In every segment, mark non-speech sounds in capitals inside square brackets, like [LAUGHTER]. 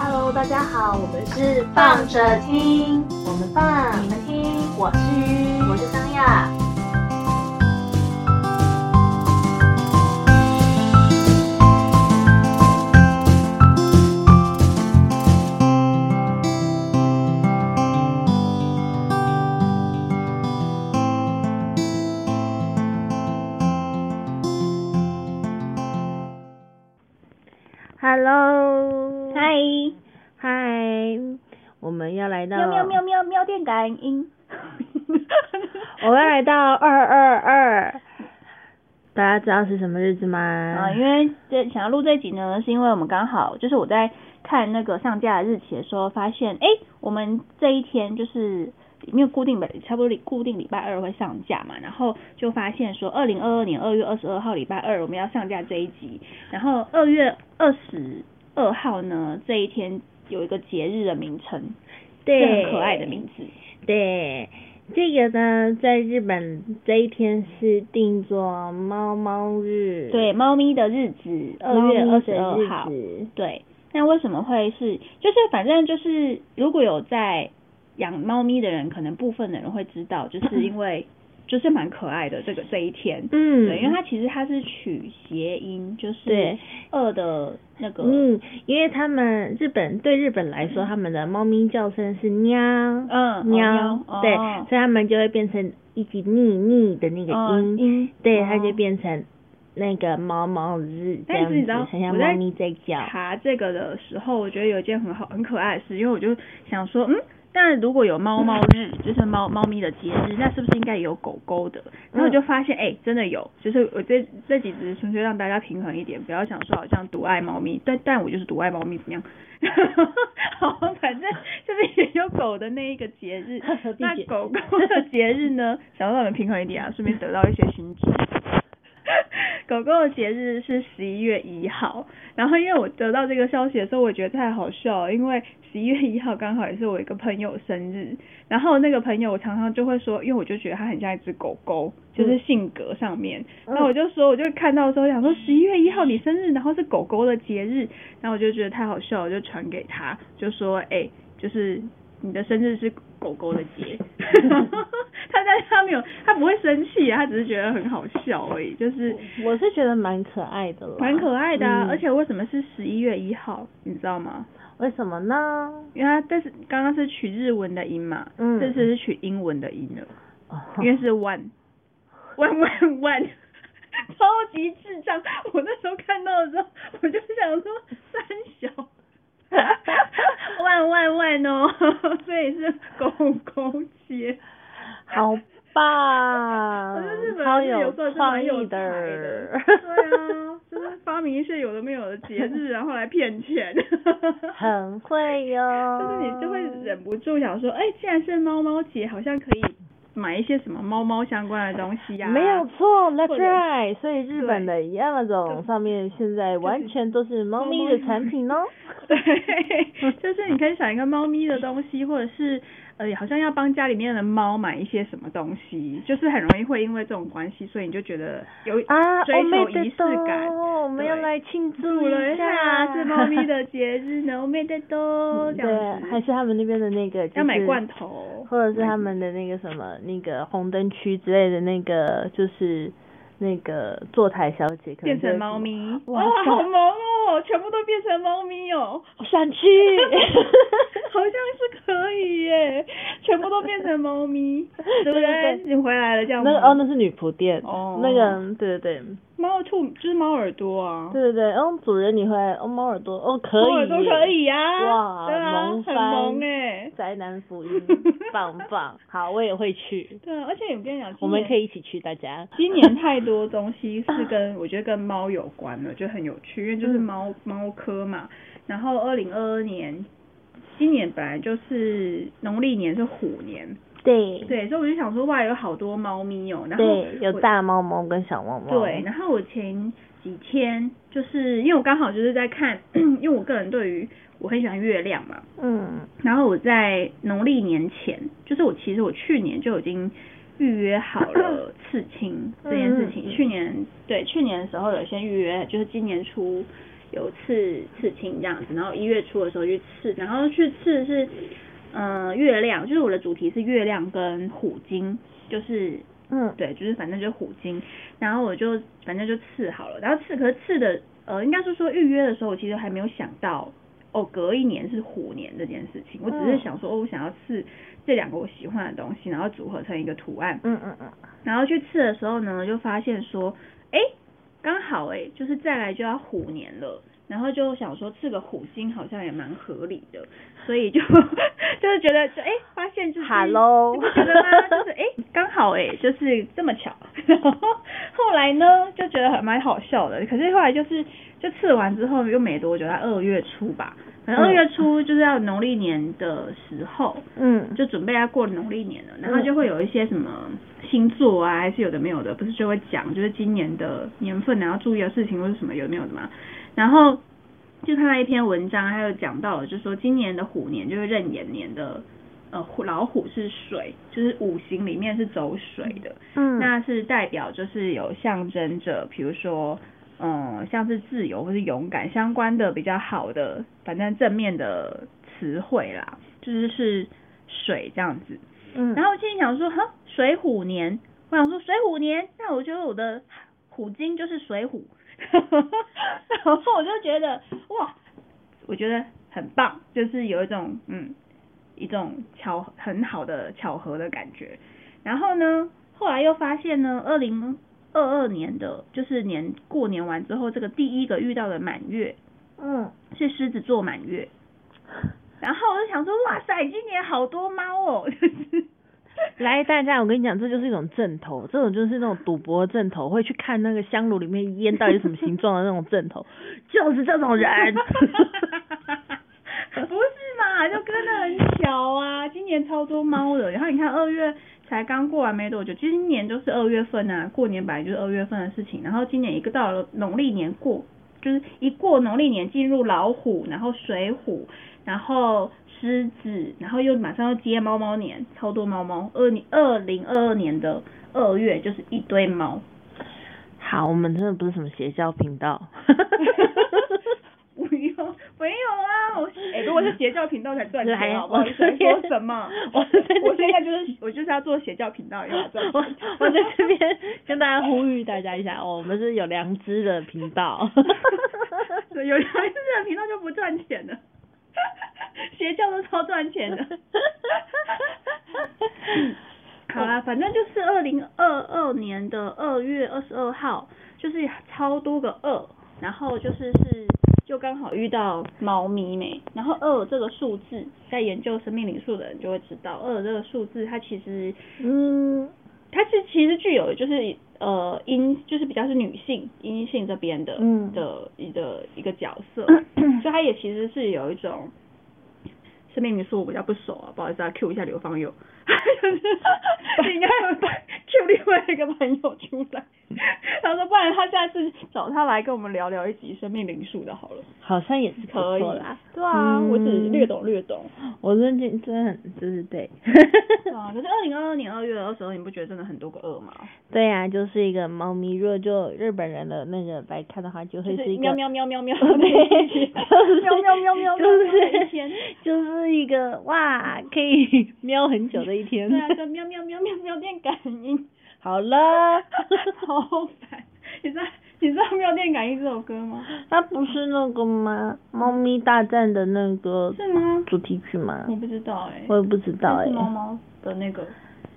好，我们是放着听，我们放，你们听。我是我是张亚， Hello，嗨，嗨，我们要来到，喵喵喵喵喵电感应。 [LAUGHS] 我们要来到二二二，大家知道是什么日子吗？ [LAUGHS] 啊，因为这想要录这一集呢，是因为我们刚好就是我在看那个上架的日期的时候，发现哎，我们这一天就是因为固定每差不多固定礼拜二会上架嘛，然后就发现说二零二二年二月二十二号礼拜二我们要上架这一集，然后二月二十二号呢这一天有一个节日的名称，是对，很可爱的名字，对，这个呢，在日本这一天是定做猫猫日，对，猫咪的日子，二猫月咪二十的二日号。子对，那为什么会是？就是反正就是，如果有在养猫咪的人，可能部分的人会知道， [LAUGHS] 就是因为就是蛮可爱的这个这一天。嗯，对，因为它其实它是取谐音，就是对二的那个，嗯，因为他们日本对日本来说，他们的猫咪叫声是喵，嗯，喵，哦对，哦所以他们就会变成一起腻腻的那个哦音，音对，哦它就变成那个猫猫日这但样是你知子道，很像我在猫咪在叫。，查这个的时候，我觉得有一件很好很可爱的事，因为我就想说，嗯，但如果有猫猫日，就是猫猫咪的节日，那是不是应该也有狗狗的？然后我就发现，哎、真的有，就是我这这几只纯粹让大家平衡一点，不要想说好像独爱猫咪，但但我就是独爱猫咪怎么样？ [LAUGHS] 好，反正就是也有狗的那一个节日 [LAUGHS] [LAUGHS] 那理解狗狗 [LAUGHS] 的节日呢，想让你们平衡一 [LAUGHS] 点啊，顺便得到一些新知。狗狗的节日是十一月一号，然后因为我得到这个消息的时候，我觉得太好笑了，因为十一月一号刚好也是我一个朋友生日，然后那个朋友我常常就会说，因为我就觉得它很像一只狗狗，就是性格上面，嗯然后我就说，我就看到的时候想说十一月一号你生日，然后是狗狗的节日，然后我就觉得太好笑了，我就传给他，就说，哎、就是你的生日是狗狗的 [LAUGHS] 节，他但是他没有，他不会生气啊，他只是觉得很好笑而已，就是我是觉得蛮可爱的了，蛮可爱的、啊，嗯而且为什么是十一月一号，你知道吗？为什么呢？因为它但是刚刚是取日文的音嘛，嗯这次是取英文的音了，哦因为是 one [LAUGHS] one one one，超级智障！我那时候看到的时候，我就想说三 [LAUGHS] 小。万万万哦，所以是狗狗节。 [LAUGHS] 好 [LAUGHS] 我吧觉得日，本超人有时候真的创蛮有意才的，的对啊，就是发明一些有的没有的节日，然后来骗 [LAUGHS] 钱。 [LAUGHS] 很会哟。就是你就会忍不住想说，哎、既然是猫猫节，好像可以买一些什么猫猫相关的东西呀、没有错，That's 或者 right。所以日本的 Amazon 上面现在完全都是猫咪的产品 [LAUGHS] 哦。 [LAUGHS] 对，就是你可以想一个猫咪的东西，或者是呃，好像要帮家里面的猫买一些什么东西，就是很容易会因为这种关系，所以你就觉得有啊，追我求们仪的式感。我们要对来庆祝祝了一下下是猫咪的节日呢，我没得多这样 [LAUGHS] 对，还子，是他们那边的那个、就是、嗯要买罐头，或者是他们的那个什么那个红灯区之类的那个，就是那个坐台小姐可能变就会成猫咪，哇，哇好萌哦，全部都变成猫咪 [LAUGHS] 哦。，我 [LAUGHS] 想 [LAUGHS] 去好像是可以耶，全部都变成猫咪， [LAUGHS] 对不对对对？你回来了这样那吗个哦，那是女仆店，哦那个对对对猫兔就是猫耳朵啊，对对对，哦，主人你会哦，猫耳朵哦可以，猫耳朵可，以啊，哇对啊，萌很翻萌哎，宅男福音棒 [LAUGHS] 棒，好，我也会去，对啊，而且我跟你讲，我们可以。以一起去，大家。今年太多东西是 [COUGHS] 跟我觉得跟猫有关了，就很有趣，因为嗯就是猫猫科嘛。然后二零二二年，今年本来就是农历年是虎年，对对，所以我就想说哇，有好多猫咪哦。然后对，有我大猫猫跟小猫猫。对，，然后我前几天就是因为我刚好就是在看， [COUGHS] 因为我个人对于我很喜欢月亮嘛，嗯，然后我在农历年前，就是我其实我去年就已经预约好了 [COUGHS] 刺青这件事嗯嗯情，嗯去年对去年的时候有先预约，就是今年初有刺刺青这样子，然后一月初的时候去刺，然后去刺是嗯、呃月亮，就是我的主题是月亮跟虎鲸，就是嗯，对，就是反正就虎鲸，然后我就反正就刺好了，然后刺可是刺的呃，应该是说预约的时候，我其实还没有想到哦，隔一年是虎年这件事情，我只是嗯想说哦，我想要刺这两个我喜欢的东西，然后组合成一个图案，嗯嗯嗯，然后去刺的时候呢，就发现说，哎，刚好哎，就是再来就要虎年了。然后就想说刺个虎星好像也蛮合理的，所以就 [LAUGHS] 就是觉得就哎发现就是 Hello 你不觉得吗？就是哎刚好哎就是这么巧， [LAUGHS] 然后后来呢就觉得很蛮好笑的，可是后来就是就刺完之后又没多久，在二月初吧，反正二月初就是要农历年的时候，嗯，就准备要过农历年了，然后就会有一些什么星座啊，还是有的没有的，不是就会讲，就是今年的年份然后注意的事情或者什么有的没有的嘛。然后就看到一篇文章，还有讲到了，就是说今年的虎年就是壬寅年的，呃，虎老虎是水，就是五行里面是走水的，嗯，那是代表就是有象征着，比如说，嗯，像是自由或是勇敢相关的比较好的，反正正面的词汇啦，就是是水这样子。嗯，然后我心里想说，哈，水虎年，我想说水虎年，那我觉得我的虎鲸就是水虎，然后我就觉得哇，我觉得很棒，就是有一种嗯一种巧很好的巧合的感觉。然后呢，后来又发现呢，二零二二年的就是年过年完之后，这个第一个遇到的满月嗯，是狮子座满月，然后我就想说，哇塞，今年好多猫哦， [LAUGHS] 就是来大家，我跟你讲，这就是一种正头，这种就是那种赌博的正头，会去看那个香炉里面烟到底是什么形状的那种正头，就是这种 [LAUGHS] 人。 [LAUGHS] 不是嘛，就真的很巧啊！今年超多猫的，然后你看二月才刚过完没多久，今年就是二月份啊，过年本来就是二月份的事情，然后今年一个到了农历年过，就是一过农历年进入老虎，然后水虎，然后狮子，然后又马上要接猫猫年，超多猫猫。二年二零二二年的二月就是一堆猫，好，我们真的不是什么邪教频 [LAUGHS] 道。不用，没有啊！我哎、如果是邪教频道才赚对还？钱，好不好？你在说什么我在这边我现在就是我就是要做邪教频道，要赚 [LAUGHS] 我钱。我在这边跟大家呼吁大家一下哦，我们是有良知的频道。 [LAUGHS] 对 [LAUGHS] 有良知的频道就不赚钱了，邪教都超赚钱的。好啦，反正就是二零二二年的二月二十二号，就是超多个二，然后就是是就刚好遇到猫咪没，然后二这个数字，在研究生命灵数的人就会知道，二这个数字它其实嗯，它是其实具有就是呃阴，就是比较是女性阴性这边的、嗯的一个一个角 [COUGHS] 色，所以它也其实是有一种。生命名数我比较不熟啊，不好意思啊，Q 一下刘芳友， [LAUGHS] 就是应该 Q 另外一个朋友出来，他说不然他下次找他来跟我们聊聊一集生命灵数的好了，好像也是不可以错啦。，对啊，我只是嗯略懂略懂，我最近真的很就是对。 [LAUGHS] 对啊，可是二零二二年二月二十二，你不觉得真的很多个二吗？对呀、就是一个猫咪。如果就日本人的那个来看的话，就会就是一个喵 [LAUGHS] 喵喵喵喵对， [LAUGHS] 就是喵 [LAUGHS] 喵喵喵喵的 [LAUGHS] 一天。就是一个哇，可以 [LAUGHS] 喵很久的一天。对啊，跟喵喵喵喵喵电感 [LAUGHS] 应，好了，好烦。你知道你知道喵电感应这首歌吗？它不是那个吗？猫咪大战的那个是吗？主题曲吗我？不知道哎、欸，我也不知道啊但哎是、猫猫的那个，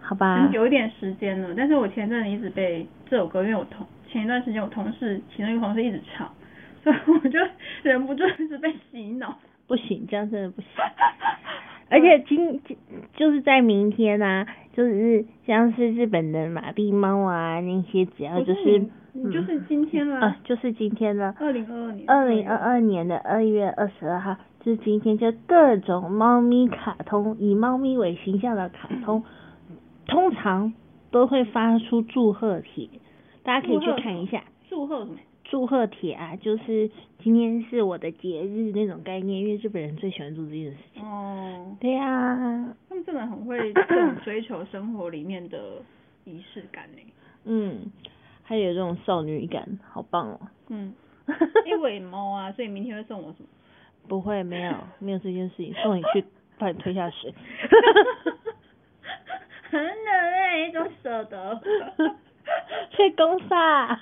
好吧嗯，有一点时间了，但是我前阵子一直被这首歌，因为我同前一段时间我同事其中一个同事一直唱，所以我就忍不住一直被洗脑。不行，这样真的 [LAUGHS] 不行。而且今今就是在明天啊，就是像是日本的马币猫啊那些，只要就不是你你就是今天嗯、啦呃，，就是今天呢，二零二二年，二零二二年的二月二十二号，就是今天，就各种猫咪卡通，以猫咪为形象的卡通，嗯通常都会发出祝贺帖，大家可以去看一下。祝贺什么？祝贺帖啊，就是今天是我的节日那种概念，因为日本人最喜欢做这件事情。哦，对呀、啊，他们真的很会很追求生活里面的仪式感呢。欸嗯，还有这种少女感，好棒哦。嗯，因为我也猫啊，所以明天会送我 [LAUGHS] 什么？不会，没有，没有这件事情，送你去把你推下 [LAUGHS] 水。 [LAUGHS] 很冷哎、欸，怎么舍得？ [LAUGHS] 去公煞。啊，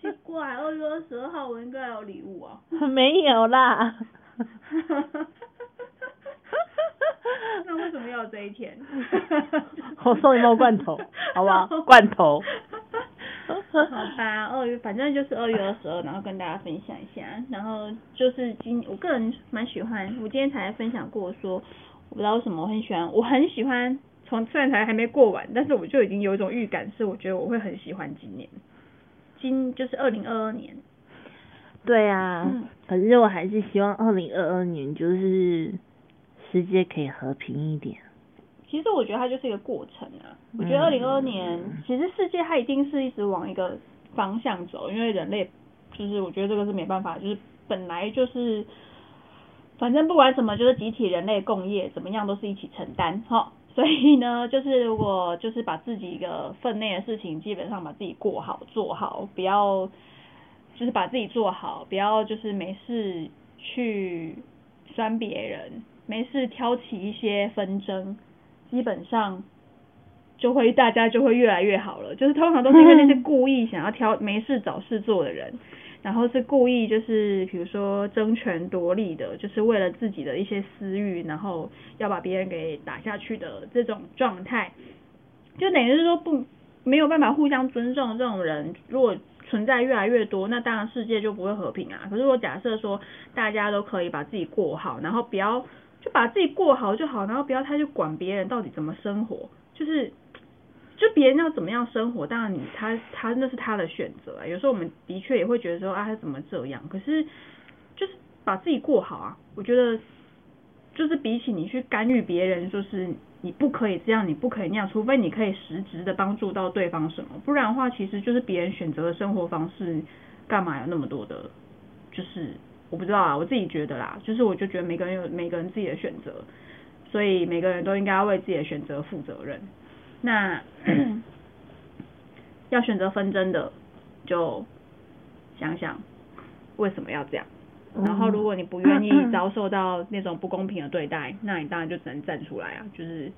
奇怪，二月二十二号我应该有礼物啊。没有啦。？[LAUGHS] 那为什么要有这一天 [LAUGHS] 我送你包罐 [LAUGHS] 头，好不好？罐头。好吧，二月反正就是二月二十二，然后跟大家分享一下，然后就是今我个人蛮喜欢，我今天才分享过说，我不知道为什么我很喜欢，我很喜欢从虽然才还没过完，但是我就已经有一种预感，是我觉得我会很喜欢今年，今就是二零二二年，对啊，嗯可是我还是希望二零二二年就是世界可以和平一点。其实我觉得它就是一个过程啊。我觉得二零二二年，其实世界它一定是一直往一个方向走，因为人类就是我觉得这个是没办法，就是本来就是，反正不管什么，就是集体人类共业，怎么样都是一起承担哈。 [LAUGHS] 所以呢，就是如果就是把自己一个分内的事情，基本上把自己过好做好，不要就是把自己做好，不要就是没事去酸别人，没事挑起一些纷争，基本上就会大家就会越来越好了。就是通常都是因为那些故意想要挑没事找事做的人，然后是故意就是比如说争权夺利的，就是为了自己的一些私欲，然后要把别人给打下去的这种状态，就等于是说不没有办法互相尊重这种人，如果存在越来越多，那当然世界就不会和平啊。可是我假设说大家都可以把自己过好，然后不要就把自己过好就好，然后不要太去管别人到底怎么生活，就是就别人要怎么样生活，当然你他他那是他的选择啊。有时候我们的确也会觉得说啊他怎么这样，可是就是把自己过好啊。我觉得就是比起你去干预别人，就是你不可以这样，你不可以那样，除非你可以实质的帮助到对方什么，不然的话其实就是别人选择的生活方式，干嘛有那么多的，就是我不知道啊，我自己觉得啦，就是我就觉得每个人有每个人自己的选择，所以每个人都应该要为自己的选择负责任。那 [COUGHS] 要选择纷争的，就想想为什么要这样。然后如果你不愿意遭受到那种不公平的对待，那你当然就只能站出来啊，就是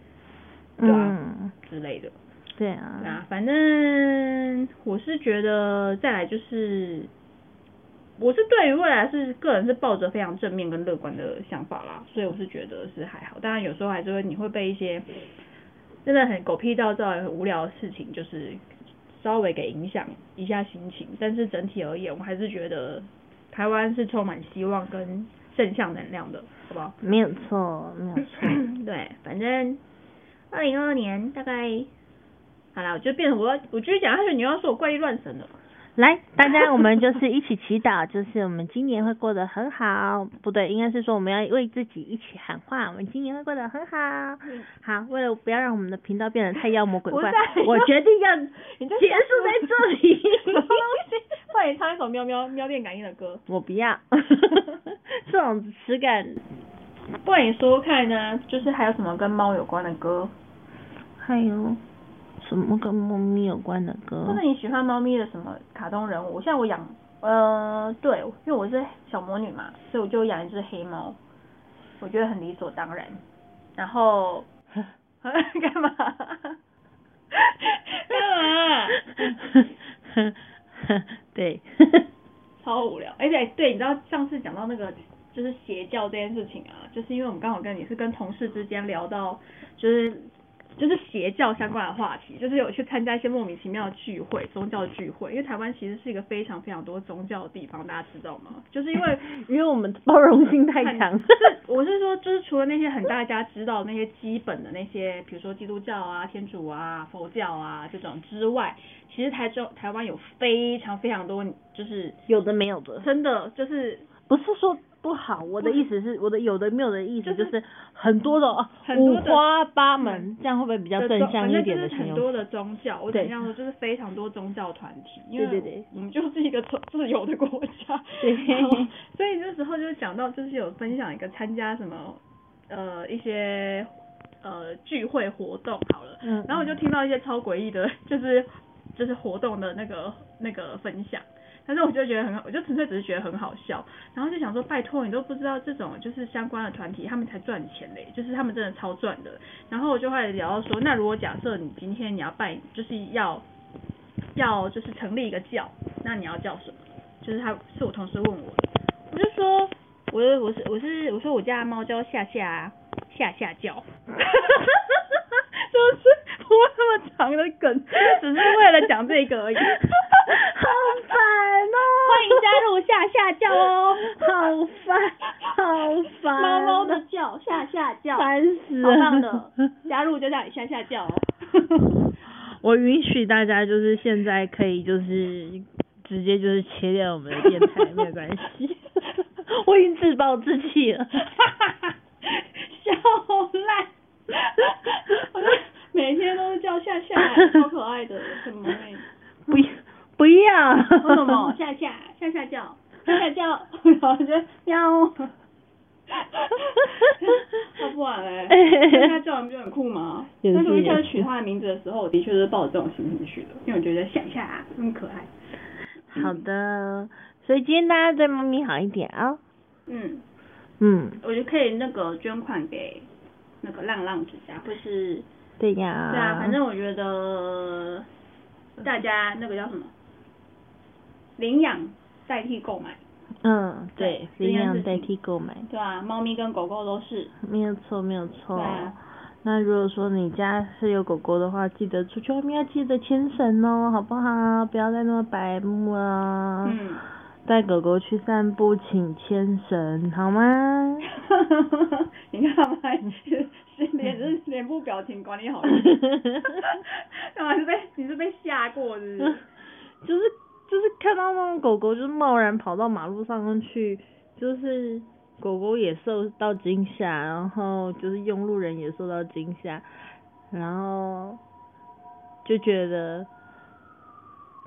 对啊嗯，之类的。对啊，对啊，反正我是觉得再来就是，我是对于未来是个人是抱着非常正面跟乐观的想法啦，所以我是觉得是还好。当然有时候还是会你会被一些真的很狗屁倒灶、很无聊的事情，就是稍微给影响一下心情。但是整体而言，我还是觉得台湾是充满希望跟正向能量的，好不好？没有错，没有错。 [LAUGHS] 嗯 [CLEARS THROAT] 对，反正二零二二年大概，好啦，我就变成我要我继续讲下去，你又要说我怪力乱神了。来，大家，我们就是一起祈祷，就是我们今年会过得很好，不对，应该是说我们要为自己一起喊话，我们今年会过得很好。好，为了不要让我们的频道变得太妖魔鬼怪嗯不是，我决定要你在结束在这 [LAUGHS] 里什么东西？换你唱一首喵喵喵变感应的歌，我不 [LAUGHS] 要这种实感。不然你说说看呢？就是还有什么跟猫有关的歌，还有什么跟猫咪有关的或歌者？你喜欢猫咪的什么卡通人物？像我养，呃，对，因为我是小魔女嘛，所以我就养一只黑猫，我觉得很理所当然。然后 [LAUGHS] 干嘛？干嘛？ [LAUGHS] 对， [LAUGHS] 超无聊。而且哎对，你知道上次讲到那个就是邪教这件事情啊，就是因为我们刚好跟你是跟同事之间聊到就是就是邪教相关的话题，就是有去参加一些莫名其妙的聚会，宗教聚会，因为台湾其实是一个非常非常多宗教的地方，大家知道吗？就是因为因为我们包容性太强。我是说，就是除了那些很大家知道那些基本的那些，比如说基督教啊、天主啊、佛教啊这种之外，其实台中台湾有非常非常多，就是有的没有的，真的就是不是说不好，我的意思是，我的有的没有的意思就就是是很多的啊很多五的花八门，这样会不会比较的正宗向一点的反正就是形很容多？的宗教，我只对能这样说，就是非常多宗教团体，因为对对对我们就是一个自自由的国家，对然后 [LAUGHS] 所以那时候就讲到，就是有分享一个参加什么呃一些呃聚会活动好了，嗯然后我就听到一些超诡异的，就是就是活动的那个那个分享。但是我就觉得很好，我就纯粹只是觉得很好笑，然后就想说，拜托你都不知道这种就是相关的团体，他们才赚钱嘞，就是他们真的超赚的。然后我就会聊到说，那如果假设你今天你要办，就是要要就是成立一个教，那你要叫什么？就是他是我同事问我的，我就说，我就我是我是我说我家的猫叫夏夏啊夏夏叫， [LAUGHS] [LAUGHS] 就是不会那么长的梗，只是为了讲这 [LAUGHS] 个而已。好烦哦！欢迎加入下下叫哦，好烦，好烦！猫猫的叫下下叫，烦死好了！棒的，加入就叫你下下叫 [LAUGHS] 哦。 [LAUGHS] 我允许大家就是现在可以就是直接就是切掉我们的电台，没有关系。 [LAUGHS] [LAUGHS] 我已经自暴自弃了。笑烂， [LAUGHS] 我就每天都是叫夏夏，超可爱的，什么妹， [LAUGHS] 不要不要！为什么夏夏夏夏叫夏夏叫，然后就喵。要不然嘞、欸，他叫完不就很酷吗？也那如是一开也始是取他的名字的时候，我的确是抱着这种心情去的，因为我觉得想一下、啊、很可爱。 [LAUGHS] 好的，所以今天大家对猫咪好一点啊、嗯，嗯，我就可以那个捐款给那个浪浪之家，或是对呀、对啊，反正我觉得大家那个叫什么，领养代替购买，嗯，对对，领这件养事代情替购买，对啊，猫咪跟狗狗都是，没有错，没有错。对啊那如果说你家是有狗狗的话，记得出去外面要记得牵绳哦，好不好？不要再那么白目啊了。嗯，带狗狗去散步，请牵绳，好吗？你看他们脸是脸部表情管理好一点，干嘛是被你是被吓过是不是？就是就是看到那种狗狗，就是贸然跑到马路上去，就是狗狗也受到惊吓，然后就是用路人也受到惊吓，然后就觉得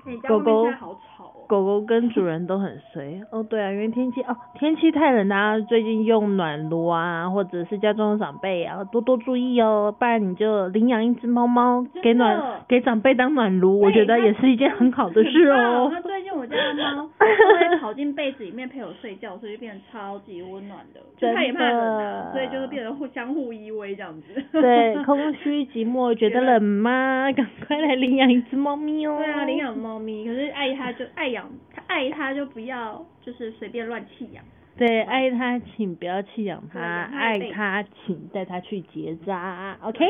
你家狗外面狗现在好吵哦。狗狗跟主人都很随。哦，对啊，因为天气哦，天气太冷，大家最近用暖炉啊，或者是家中的长辈啊，多多注意哦，不然你就领养一只猫猫真的给暖给长辈当暖炉，我觉得也是一件很好的事哦 [LAUGHS] 很棒那。啊最近我家的猫它会跑进被子里面陪我睡觉，所以就变得超级温暖的。就它也怕冷真啊，的所以就是变得互相互依偎这样子。 [LAUGHS] [LAUGHS] 对，空虚寂寞觉得冷吗？赶快来领养一只猫咪哦。对啊，领养猫咪，可是爱它就爱养，它爱它就不要就是随便乱弃养。对，爱它请不要弃养它，对爱爱被它请带它去结扎，OK？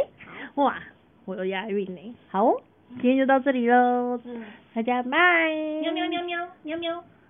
哇，我有押韵呢。好哦，今天就到这里喽，嗯，大家拜。喵喵喵喵喵喵。 [LAUGHS]